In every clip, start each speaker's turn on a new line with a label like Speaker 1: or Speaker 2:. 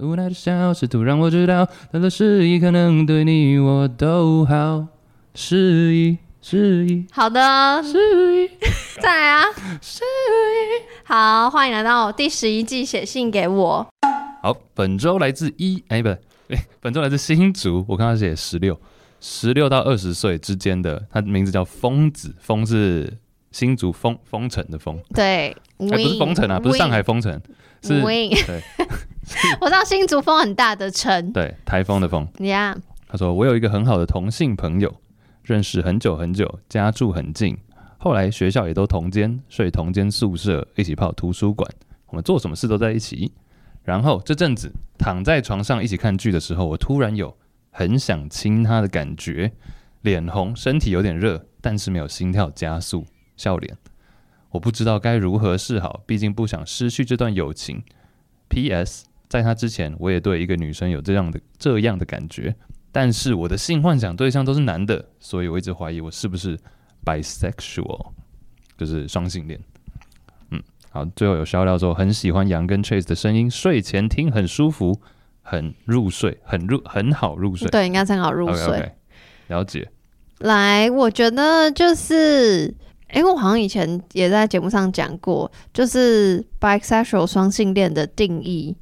Speaker 1: 无奈的笑，试图让我知道他的示意可能对你我都好。示意，示意，
Speaker 2: 好的，
Speaker 1: 示意，
Speaker 2: 再来啊！好，欢迎来到第十一季，写信给我。
Speaker 1: 好，本周来自一，哎不， 哎，本周来自新竹，我看他写十六，十六到二十岁之间的，他名字叫疯子，疯是新竹封封城的封，
Speaker 2: 对，
Speaker 1: 哎、不是封城啊，不是上海封城，是
Speaker 2: Win，
Speaker 1: 对
Speaker 2: 我知道新竹风很大 的城，
Speaker 1: 对台风的风。
Speaker 2: 你看，
Speaker 1: 他说：“我有一个很好的同性朋友，认识很久很久，家住很近，后来学校也都同间，睡同间宿舍，一起泡图书馆，我们做什么事都在一起。然后这阵子躺在床上一起看剧的时候，我突然有很想亲他的感觉，脸红，身体有点热，但是没有心跳加速，笑脸。我不知道该如何是好，毕竟不想失去这段友情。P.S. 在他之前，我也对一个女生有这样的这样的感觉。”但是我的性幻想对象都是男的，所以我一直怀疑我是不是 bisexual，就是双性恋。嗯，好，最后有笑料说很喜欢杨跟 Chase 的声音，睡前听很舒服，很入睡，很入很好入睡。
Speaker 2: 对，应该很好入
Speaker 1: o k o
Speaker 2: 睡。
Speaker 1: k 了解。
Speaker 2: 来，我觉得就是，因为我好像以前也在节目上讲过，就是 bisexual 双性恋的定义，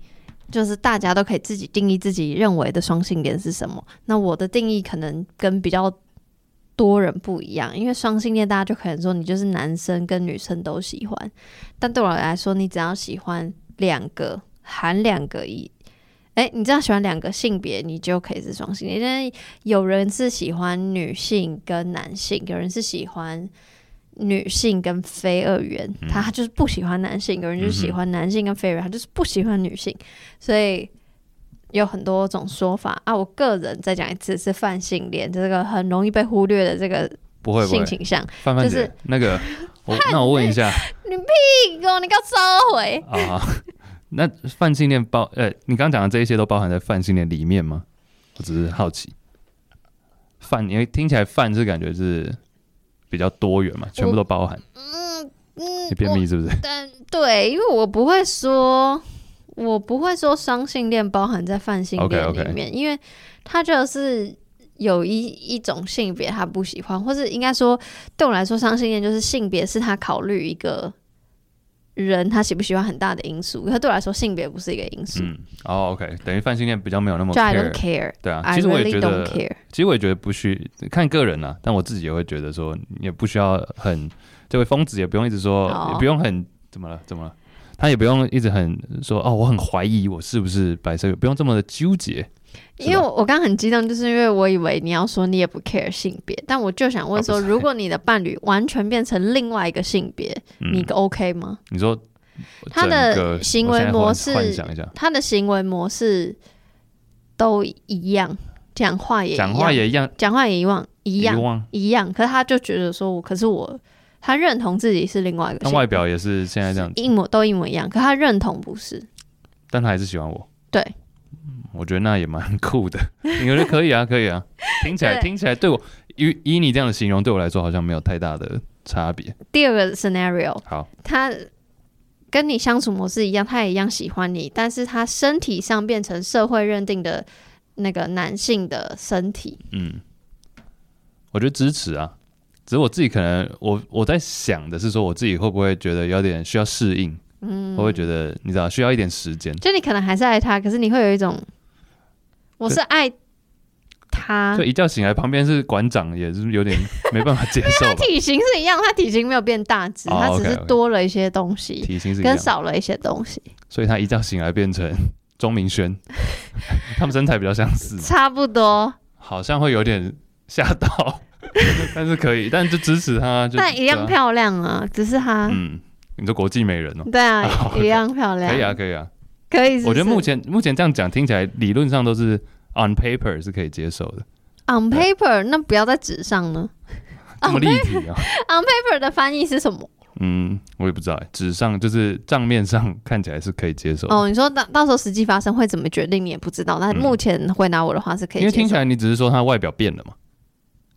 Speaker 2: 就是大家都可以自己定义自己认为的双性恋是什么。那我的定义可能跟比较多人不一样，因为双性恋大家就可能说你就是男生跟女生都喜欢，但对我来说，你只要喜欢两个，含两个以。哎，你只要喜欢两个性别，你就可以是双性恋。因为有人是喜欢女性跟男性，有人是喜欢女性跟非二元，
Speaker 1: 嗯
Speaker 2: 他就是不喜欢男性；有人就是喜欢男性跟非二元，他就是不喜欢女性。所以有很多种说法啊。我个人再讲一次，是泛性恋，这个很容易被忽略的这个
Speaker 1: 不会不
Speaker 2: 性
Speaker 1: 会，
Speaker 2: 倾向。
Speaker 1: 范范姐，
Speaker 2: 就是
Speaker 1: 那 个，我那我问一下
Speaker 2: 屁股，你给我收回！
Speaker 1: 啊，那泛性恋包呃，你刚讲的这一些都包含在泛性恋里面吗？我只是好奇。泛，因为听起来泛是感觉是比较多元嘛，全部都包含。
Speaker 2: 嗯嗯，
Speaker 1: 你便
Speaker 2: 我
Speaker 1: 秘是不是？
Speaker 2: 但对，因为我不会说，我不会说双性恋包含在泛性恋里
Speaker 1: OK，OK
Speaker 2: 面因为他就是有一一种性别他不喜欢，或是应该说对我来说，双性恋就是性别是他考虑一个人他喜不喜欢很大的因素，可是对我来说性别不是一个因素，
Speaker 1: 嗯，哦，OK，等于泛性恋比较没有那么
Speaker 2: 就 I don't
Speaker 1: care。
Speaker 2: care。
Speaker 1: 对啊，
Speaker 2: I
Speaker 1: 其实我也觉
Speaker 2: really don't
Speaker 1: 得，
Speaker 2: care，
Speaker 1: 其实我也觉得不需看个人啊，但我自己也会觉得说，也不需要很这位疯子也不用一直说，
Speaker 2: 哦
Speaker 1: 也不用很怎么了怎么了，他也不用一直很说哦，我很怀疑我是不是白色，不用这么的纠结。
Speaker 2: 因为我我刚刚很激动，就是因为我以为你要说你也不 care 性别，但我就想问
Speaker 1: 哦不
Speaker 2: 说，
Speaker 1: 是
Speaker 2: 如果你的伴侣完全变成另外一个性别，
Speaker 1: 嗯
Speaker 2: 你 OK 吗？
Speaker 1: 你说
Speaker 2: 他的
Speaker 1: 整个
Speaker 2: 行为
Speaker 1: 我现在
Speaker 2: 模
Speaker 1: 幻
Speaker 2: 式
Speaker 1: 幻想一下，
Speaker 2: 他的行为模式都一样，讲话也一样
Speaker 1: 讲话也一样，
Speaker 2: 讲话也一样一
Speaker 1: 遗
Speaker 2: 样
Speaker 1: 忘，
Speaker 2: 一样，可是他就觉得说我，可是我他认同自己是另外一个
Speaker 1: 但
Speaker 2: 性，
Speaker 1: 外表也是现在这样子，
Speaker 2: 一模都一模一样，可他认同不是，
Speaker 1: 但他还是喜欢我。
Speaker 2: 对
Speaker 1: 嗯，我觉得那也蛮酷的，你觉得可以啊，可以 啊，听起来
Speaker 2: 对
Speaker 1: 听起来对我以以你这样的形容，对我来说好像没有太大的差别。
Speaker 2: 第二个 scenario，
Speaker 1: 好，
Speaker 2: 他跟你相处模式一样，他也一样喜欢你，但是他身体上变成社会认定的那个男性的身体，
Speaker 1: 嗯，我觉得支持啊，只是我自己可能我我在想的是说，我自己会不会觉得有点需要适应，嗯，我会觉得你知道需要一点时间，
Speaker 2: 就你可能还是爱他，可是你会有一种我是爱他嗯
Speaker 1: 就，一觉醒来旁边是馆长，也是有点没办法接受 吧，
Speaker 2: 体型是一样，他体型没有变大只，
Speaker 1: 哦
Speaker 2: 他只是
Speaker 1: OK，OK
Speaker 2: 多了一些东西，
Speaker 1: 体型是一样嗯
Speaker 2: 跟
Speaker 1: 的，
Speaker 2: 少了一些东西，
Speaker 1: 所以他一觉醒来变成钟明轩， 他们身材比较相似，
Speaker 2: 差不多，
Speaker 1: 好像会有点吓到， 但是可以，但就支持他，就
Speaker 2: 但一样、漂亮啊，只是
Speaker 1: 对
Speaker 2: 他
Speaker 1: 啊，嗯，你说国际美人哦，
Speaker 2: 对啊
Speaker 1: 好，，OK
Speaker 2: 一样漂亮，
Speaker 1: 可以啊，，可以啊，
Speaker 2: 可以是不是。
Speaker 1: 我觉得目前目前这样讲听起来理论上都是 on paper 是可以接受的，
Speaker 2: on paper 那不要在纸上呢
Speaker 1: 这么
Speaker 2: on
Speaker 1: 立体啊，
Speaker 2: paper 的翻译是什么？
Speaker 1: 嗯，我也不知道欸，纸上就是账面上看起来是可以接受的，
Speaker 2: 哦，你说到到时候实际发生会怎么决定，你也不知道。但
Speaker 1: 嗯
Speaker 2: 目前回答我的话是可
Speaker 1: 因
Speaker 2: 以接
Speaker 1: 为
Speaker 2: 受的，
Speaker 1: 听起来你只是说他外表变了嘛，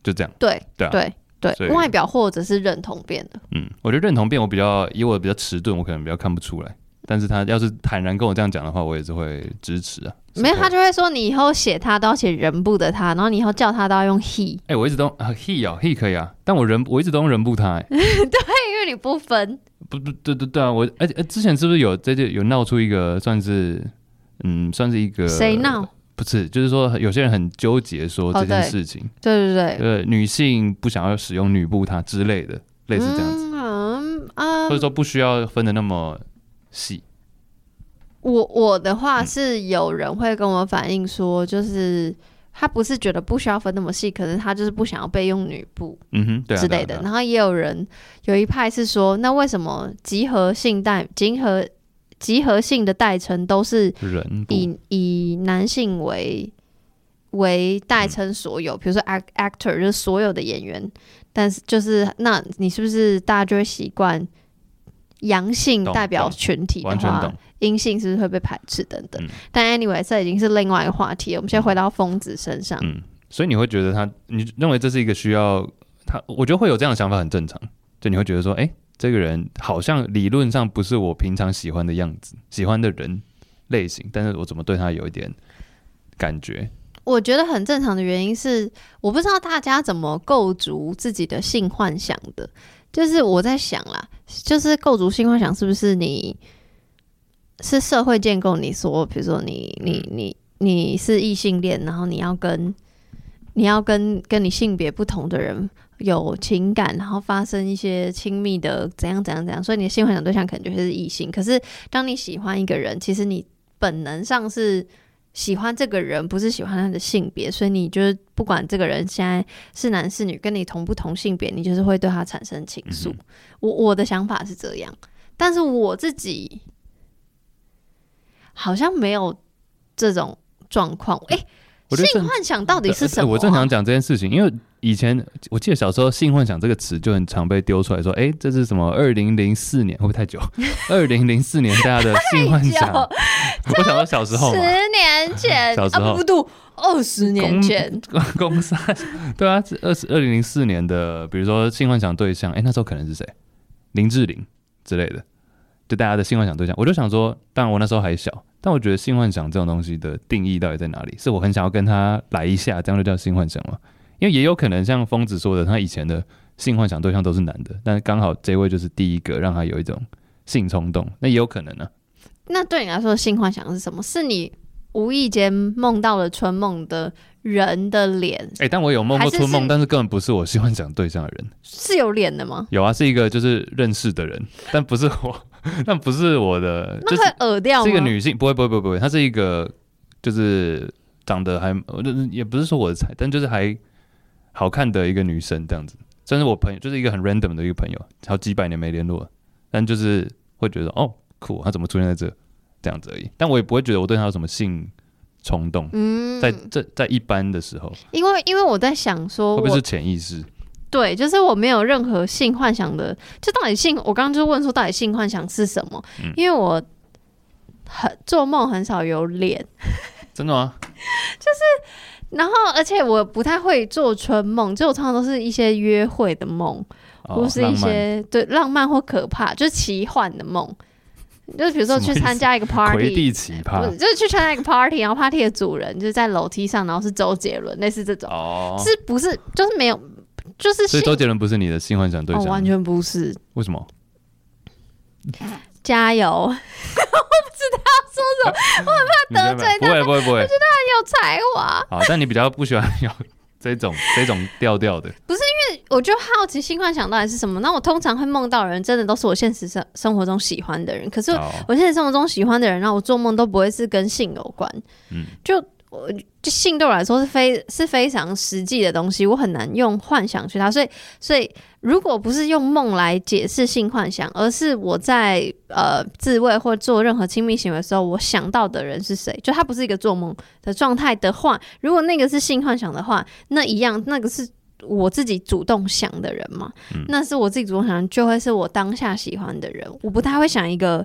Speaker 1: 就这样，
Speaker 2: 对
Speaker 1: 对啊
Speaker 2: 对
Speaker 1: 所
Speaker 2: 对，
Speaker 1: 以
Speaker 2: 外表或者是认同变的，
Speaker 1: 嗯，我觉得认同变我比较以我比较迟钝，我可能比较看不出来，但是他要是坦然跟我这样讲的话，我也是会支持啊。
Speaker 2: 没有，
Speaker 1: support
Speaker 2: 他就会说你以后写他都要写人部的他，然后你以后叫他都要用 he，
Speaker 1: 哎、我一直都啊 he 哦 he 可以啊，但我人我一直都用人不他、哎
Speaker 2: 因为你不分。
Speaker 1: 不不对对对啊，我而且、呃之前是不是有在这有闹出一个算是嗯算是一个
Speaker 2: 谁闹？
Speaker 1: 不是，就是说有些人很纠结说这
Speaker 2: 哦
Speaker 1: 件
Speaker 2: 对哎
Speaker 1: 事情，
Speaker 2: 对对对，
Speaker 1: 呃，女性不想要使用女布它之类的，类似这样子，
Speaker 2: 嗯啊
Speaker 1: 或者，说不需要分的那么细。
Speaker 2: 我我的话是有人会跟我反映说，就是他不是觉得不需要分那么细，可能他就是不想要被用女布
Speaker 1: 嗯哼，对啊，
Speaker 2: 之
Speaker 1: 对啊
Speaker 2: 类的。
Speaker 1: 对啊
Speaker 2: 然后也有人有一派是说，那为什么集合性代集合集合性的代称都是
Speaker 1: 人布
Speaker 2: 以以男性为为
Speaker 1: 嗯
Speaker 2: 代称所有，比如说 act actor 就是所有的演员，但是就是那你是不是大家就会习惯阳性
Speaker 1: 懂
Speaker 2: 代表
Speaker 1: 懂
Speaker 2: 群体的
Speaker 1: 完全
Speaker 2: 话
Speaker 1: 懂，，
Speaker 2: 阴性是不是会被排斥等等？
Speaker 1: 嗯
Speaker 2: 但 anyway 这已经是另外一个话题了，我们先回到疯子身上。
Speaker 1: 嗯，所以你会觉得他，你认为这是一个需要他，我觉得会有这样的想法很正常，就你会觉得说，哎、这个人好像理论上不是我平常喜欢的样子，喜欢的人类型，但是我怎么对他有一点感觉？
Speaker 2: 我觉得很正常的原因是，我不知道大家怎么构筑自己的性幻想的。就是我在想啦，就是构筑性幻想是不是你是社会建构？你说，比如说你你你你是异性恋，然后你要跟你要跟跟你性别不同的人有情感，然后发生一些亲密的怎样怎样怎样，所以你的性幻想对象可能就会是异性。可是当你喜欢一个人，其实你本能上是喜欢这个人，不是喜欢他的性别，所以你就是不管这个人现在是男是女，跟你同不同性别，你就是会对他产生情愫。
Speaker 1: 嗯
Speaker 2: 我我的想法是这样，但是我自己好像没有这种状况。哎、
Speaker 1: 我觉得
Speaker 2: 性
Speaker 1: 正
Speaker 2: 幻想到底是什么啊、
Speaker 1: 嗯哎我正想讲这件事情，因为以前我记得小时候“性幻想”这个词就很常被丢出来说，哎、这是什么？二零零四年会不会太 久？二零零四年大家的性幻想，
Speaker 2: 久
Speaker 1: 我想到小时候
Speaker 2: 十
Speaker 1: 嘛，
Speaker 2: 年前，
Speaker 1: 小时候
Speaker 2: 啊不不不，二十年前，
Speaker 1: 公三，对啊，二十二零零四年的，比如说性幻想对象，哎、那时候可能是谁？林志玲之类的，就大家的性幻想对象，我就想说，当然我那时候还小，但我觉得性幻想这种东西的定义到底在哪里？是我很想要跟他来一下，这样就叫性幻想吗？因为也有可能像疯子说的，他以前的性幻想对象都是男的，但刚好这位就是第一个让他有一种性冲动，那也有可能啊呢、
Speaker 2: 那对你来说，性幻想是什么？是你无意间梦到了春梦的人的脸，
Speaker 1: 哎、但我有梦
Speaker 2: 还
Speaker 1: 过
Speaker 2: 是
Speaker 1: 春梦，
Speaker 2: 是
Speaker 1: 但是根本不是我性幻想对象的人。
Speaker 2: 是有脸的吗？
Speaker 1: 有啊，是一个就是认识的人， 但不是我， 但不是我的，就
Speaker 2: 那
Speaker 1: 是
Speaker 2: 会耳掉吗？
Speaker 1: 是一个女性，不会不会不会不会，她是一个就是长得还，呃也不是说我的菜，但就是还好看的一个女生这样子，算是我朋友，就是一个很 random 的一个朋友，好几百年没联络了，但就是会觉得哦酷，她怎么出现在这这样子而已，但我也不会觉得我对她有什么性冲动，
Speaker 2: 嗯，
Speaker 1: 在这在一般的时候，
Speaker 2: 因为因为我在想说
Speaker 1: 会
Speaker 2: 我，
Speaker 1: 不会是潜意识？
Speaker 2: 对，就是我没有任何性幻想的，就到底性，我刚刚就问说到底性幻想是什么？
Speaker 1: 嗯
Speaker 2: 因为我很做梦很少有脸，
Speaker 1: 真的吗？
Speaker 2: 然后而且我不太会做春梦，就我通常都是一些约会的梦，
Speaker 1: 哦
Speaker 2: 或是一
Speaker 1: 浪漫
Speaker 2: 些对浪漫或可怕，就是奇幻的梦。就是比如说
Speaker 1: 什么
Speaker 2: 去
Speaker 1: 意思
Speaker 2: 参加一个
Speaker 1: 魁
Speaker 2: party，
Speaker 1: 地奇
Speaker 2: 不
Speaker 1: 葩
Speaker 2: 是就是去参加一个 party，然后 party 的主人就是在楼梯上，然后是周杰伦，类似这种，
Speaker 1: 哦，
Speaker 2: 是不是？就是没有，就是
Speaker 1: 所以
Speaker 2: 性
Speaker 1: 周杰伦不是你的性幻想对
Speaker 2: 哦，
Speaker 1: 象，
Speaker 2: 完全不是，
Speaker 1: 为什么？
Speaker 2: 加油， 很
Speaker 1: 你在
Speaker 2: 得罪
Speaker 1: 不会不会不会，
Speaker 2: 有才华。
Speaker 1: 好，但你比较不喜欢有这 种这种调调的，
Speaker 2: 我就好奇性幻想到底是什么。那我通常会梦到的人，真的都是我现实生生活中喜欢的人。可是
Speaker 1: 好
Speaker 2: 我现实生活中喜欢的人，让我做梦都不会是跟性有关。
Speaker 1: 嗯
Speaker 2: 就我就性对我来说是非是非常实际的东西，我很难用幻想去它。所以所以如果不是用梦来解释性幻想，而是我在呃自慰或做任何亲密行为的时候，我想到的人是谁，就他不是一个做梦的状态的话，如果那个是性幻想的话，那一样那个是。我自己主动想的人嘛，那是我自己主动想，就会是我当下喜欢的人。我不太会想一个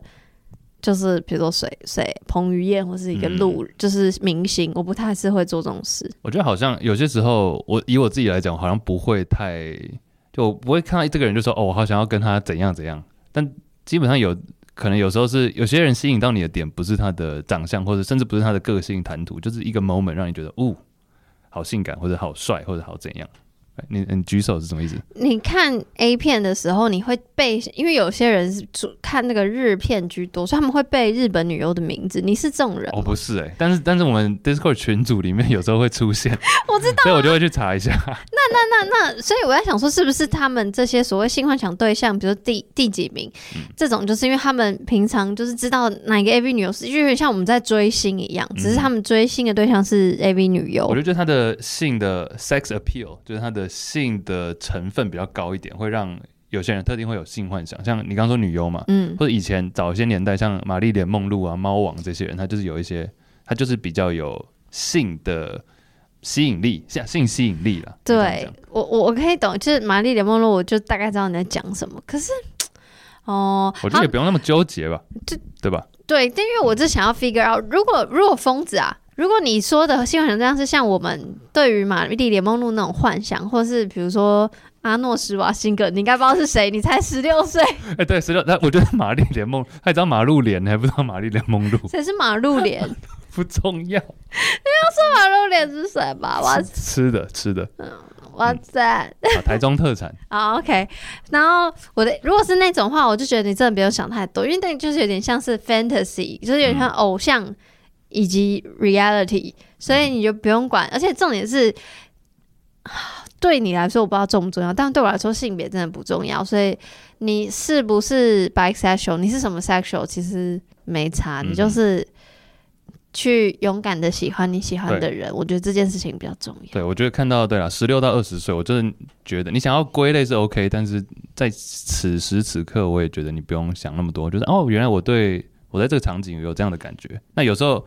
Speaker 2: 就是比如说谁谁彭于晏或是一
Speaker 1: 嗯
Speaker 2: 个路、就是明星，我不太是会做这种事。
Speaker 1: 我觉得好像有些时候，我以我自己来讲，好像不会太就我不会看到这个人就说哦，我好想要跟他怎样怎样，但基本上有可能有时候是有些人吸引到你的点，不是他的长相，或者甚至不是他的个性、谈吐，就是一个 moment 让你觉得，哦，好性感，或者好帅，或者好怎样。哎你你举手是什么意思？
Speaker 2: 你看 A 片的时候，你会背，因为有些人是主看那个日片居多，所以他们会背日本女优的名字。你是这种人
Speaker 1: 哦，
Speaker 2: 吗？
Speaker 1: 不是哎、但是但是我们 Discord 群组里面有时候会出现，
Speaker 2: 我知啊
Speaker 1: 所以我就会去查一下。
Speaker 2: 那所以我在想说，是不是他们这些所谓性幻想对象，比如第第几名、
Speaker 1: 嗯
Speaker 2: 这种，就是因为他们平常就是知道哪个 AV 女优是，就有点像我们在追星一样，只是他们追星的对象是 AV 女优
Speaker 1: 嗯我。觉得就是他的性的 sex appeal，就是他的性的成分比较高一点，会让有些人特定会有性幻想。像你刚说女优嘛，
Speaker 2: 嗯，
Speaker 1: 或者以前早一些年代，像玛丽莲梦露啊、猫王这些人，他就是有一些，他就是比较有性的吸引力，性性吸引力啦。可以这样
Speaker 2: 对
Speaker 1: 讲
Speaker 2: 我我我可以懂，就是玛丽莲梦露，我就大概知道你在讲什么。可是，哦，
Speaker 1: 我觉得
Speaker 2: 好
Speaker 1: 也不用那么纠结吧，
Speaker 2: 这
Speaker 1: 对吧？
Speaker 2: 对，但因为我是想要 figure out，如果如果疯子啊，如果你说的新幻想这样是像我们对于玛丽莲梦露那种幻想，或是比如说阿诺施瓦辛格，你应该不知道是谁，你才十六岁，
Speaker 1: 哎、对，十六，那我觉得玛丽莲梦，他也知道马路莲，还不知道玛丽莲梦露，
Speaker 2: 谁是马路 脸？是
Speaker 1: 不重要。
Speaker 2: 马路脸是谁吧？哇
Speaker 1: 吃的吃的，
Speaker 2: 哇塞！
Speaker 1: 啊台中特 产。
Speaker 2: 好啊 OK，然后我的如果是那种话，我就觉得你真的不用想太多，因为那就是有点像是 fantasy，就是有点像偶像以及 reality，、所以你就不用管。而且重点是，对你来说我不知道重不重要，但对我来说性别真的不重要。所以你是不是 bisexual，你是什么 sexual，其实没差，
Speaker 1: 嗯
Speaker 2: 你就是去勇敢的喜欢你喜欢的人。我觉得这件事情比较重要。
Speaker 1: 对，我觉得看到对了，十六到二十岁，我真的觉得你想要归类是 OK，但是在此时此刻，我也觉得你不用想那么多，就是哦，原来我对我在这个场景有这样的感觉。那有时候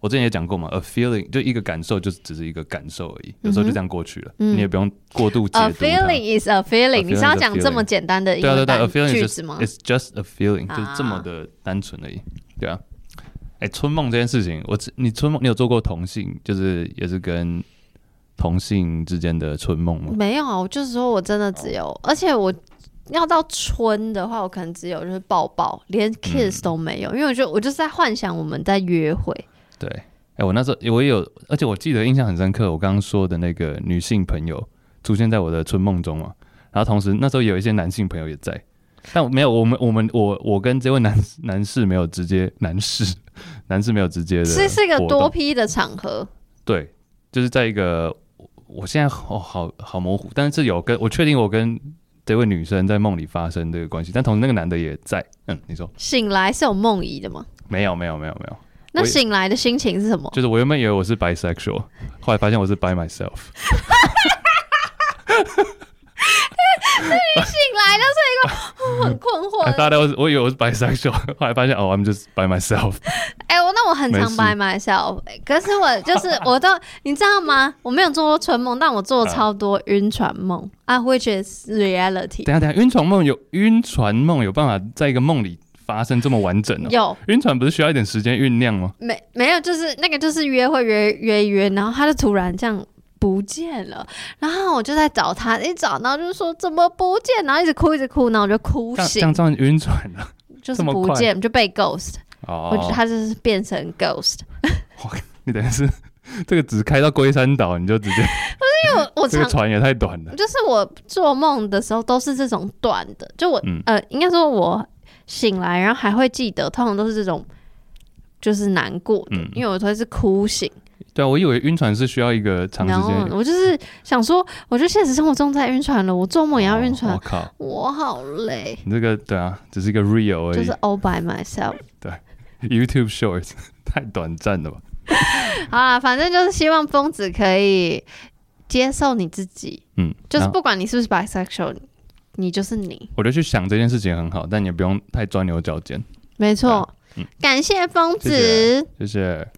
Speaker 1: 我之前也讲过嘛，a feeling 就一个感受，就只是一个感受而已，有时候就这样过去了，
Speaker 2: 嗯
Speaker 1: 你也不用过度解
Speaker 2: A
Speaker 1: 读它。
Speaker 2: feeling is a feeling，
Speaker 1: feeling
Speaker 2: 你是要
Speaker 1: is a
Speaker 2: 讲这么
Speaker 1: feeling
Speaker 2: 简单的英
Speaker 1: 对啊对
Speaker 2: 文
Speaker 1: 啊对啊，a
Speaker 2: 单
Speaker 1: feeling
Speaker 2: 句
Speaker 1: is
Speaker 2: 子
Speaker 1: just
Speaker 2: 吗？
Speaker 1: it's just a feeling，
Speaker 2: 啊
Speaker 1: 就是这么的单纯而已，对啊。哎，春梦这件事情，我只你春梦，你有做过同性，就是也是跟同性之间的春梦吗？
Speaker 2: 没有啊，我就是说我真的只有，
Speaker 1: 哦
Speaker 2: 而且我要到春的话，我可能只有就是抱抱，
Speaker 1: 嗯
Speaker 2: 连 kiss 都没有，因为我觉得我就是在幻想我们在约会。
Speaker 1: 对，哎、我那时候我也有，而且我记得印象很深刻，我刚刚说的那个女性朋友出现在我的春梦中嘛，然后同时那时候有一些男性朋友也在，但我没有，我们我们我我跟这位男男士没有直接男士 男士没有直接的啊活动，
Speaker 2: 是是一个多批的场合，
Speaker 1: 对，就是在一个我我现在哦好好模糊，但是有跟我确定我跟这位女生在梦里发生这个关系，但同时那个男的也在，嗯，你说
Speaker 2: 醒来是有梦遗的吗？
Speaker 1: 没有没有没有没有，
Speaker 2: 那
Speaker 1: 我也
Speaker 2: 醒来的心情是什么？
Speaker 1: 就是我原本以为我是 bisexual，后来发现我是 by myself。
Speaker 2: 醒来就是一个
Speaker 1: 嗯
Speaker 2: 很困惑
Speaker 1: I
Speaker 2: 的。
Speaker 1: thought I was，我以为我是 bisexual，后 来发现哦、i m just by myself。
Speaker 2: 哎、我那我很常
Speaker 1: 没事
Speaker 2: by myself，可哎是我就是我都你知 道吗？我没有做过春梦，但我
Speaker 1: 啊
Speaker 2: 做了超多晕船梦啊，which is reality。
Speaker 1: 等一下等一下，晕船梦有晕船梦有办法在一个梦里发生这么完整哦？
Speaker 2: 有
Speaker 1: 晕船不是需要一点时间酝酿吗？
Speaker 2: 没没有，就是那个就是约会约约一约，然后他就突然这样不见了，然后我就在找他，一找然后就说怎么不见，然后一直哭一直哭，然后我就哭
Speaker 1: 这样这
Speaker 2: 醒
Speaker 1: 样，算晕船了、
Speaker 2: 就是
Speaker 1: 这么
Speaker 2: 不
Speaker 1: 快
Speaker 2: 见就被 ghost，、我觉得
Speaker 1: 哦，
Speaker 2: 他就是变成 ghost，
Speaker 1: 你等于是 这个只开到龟山岛，你就直接
Speaker 2: 因为我我
Speaker 1: 这
Speaker 2: 常
Speaker 1: 个船也太短了。
Speaker 2: 就是我做梦的时候都是这种短的，就我、
Speaker 1: 嗯
Speaker 2: 呃，应该说我醒来，然后还会记得，通常都是这种就是难过的，
Speaker 1: 嗯
Speaker 2: 因为我都是哭醒。
Speaker 1: 对啊，我以为晕船是需要一个长
Speaker 2: 然
Speaker 1: 时
Speaker 2: 后
Speaker 1: 间。
Speaker 2: 我就是想说，我就现实生活中在晕船了，我做梦也要晕船，
Speaker 1: 哦我靠，
Speaker 2: 我好累，
Speaker 1: 你这个对啊，只是一个 real 而已。
Speaker 2: 就是 all by myself。
Speaker 1: YouTube Shorts 太短暂了吧？
Speaker 2: 好啦，反正就是希望疯子可以接受你自己，
Speaker 1: 嗯，
Speaker 2: 就是
Speaker 1: 然后
Speaker 2: 不管你是不是 bisexual，你就是你，
Speaker 1: 我就去想这件事情很好，但也不用太钻牛角尖。
Speaker 2: 没错。
Speaker 1: 啊嗯
Speaker 2: 感谢疯子，
Speaker 1: 谢谢谢谢。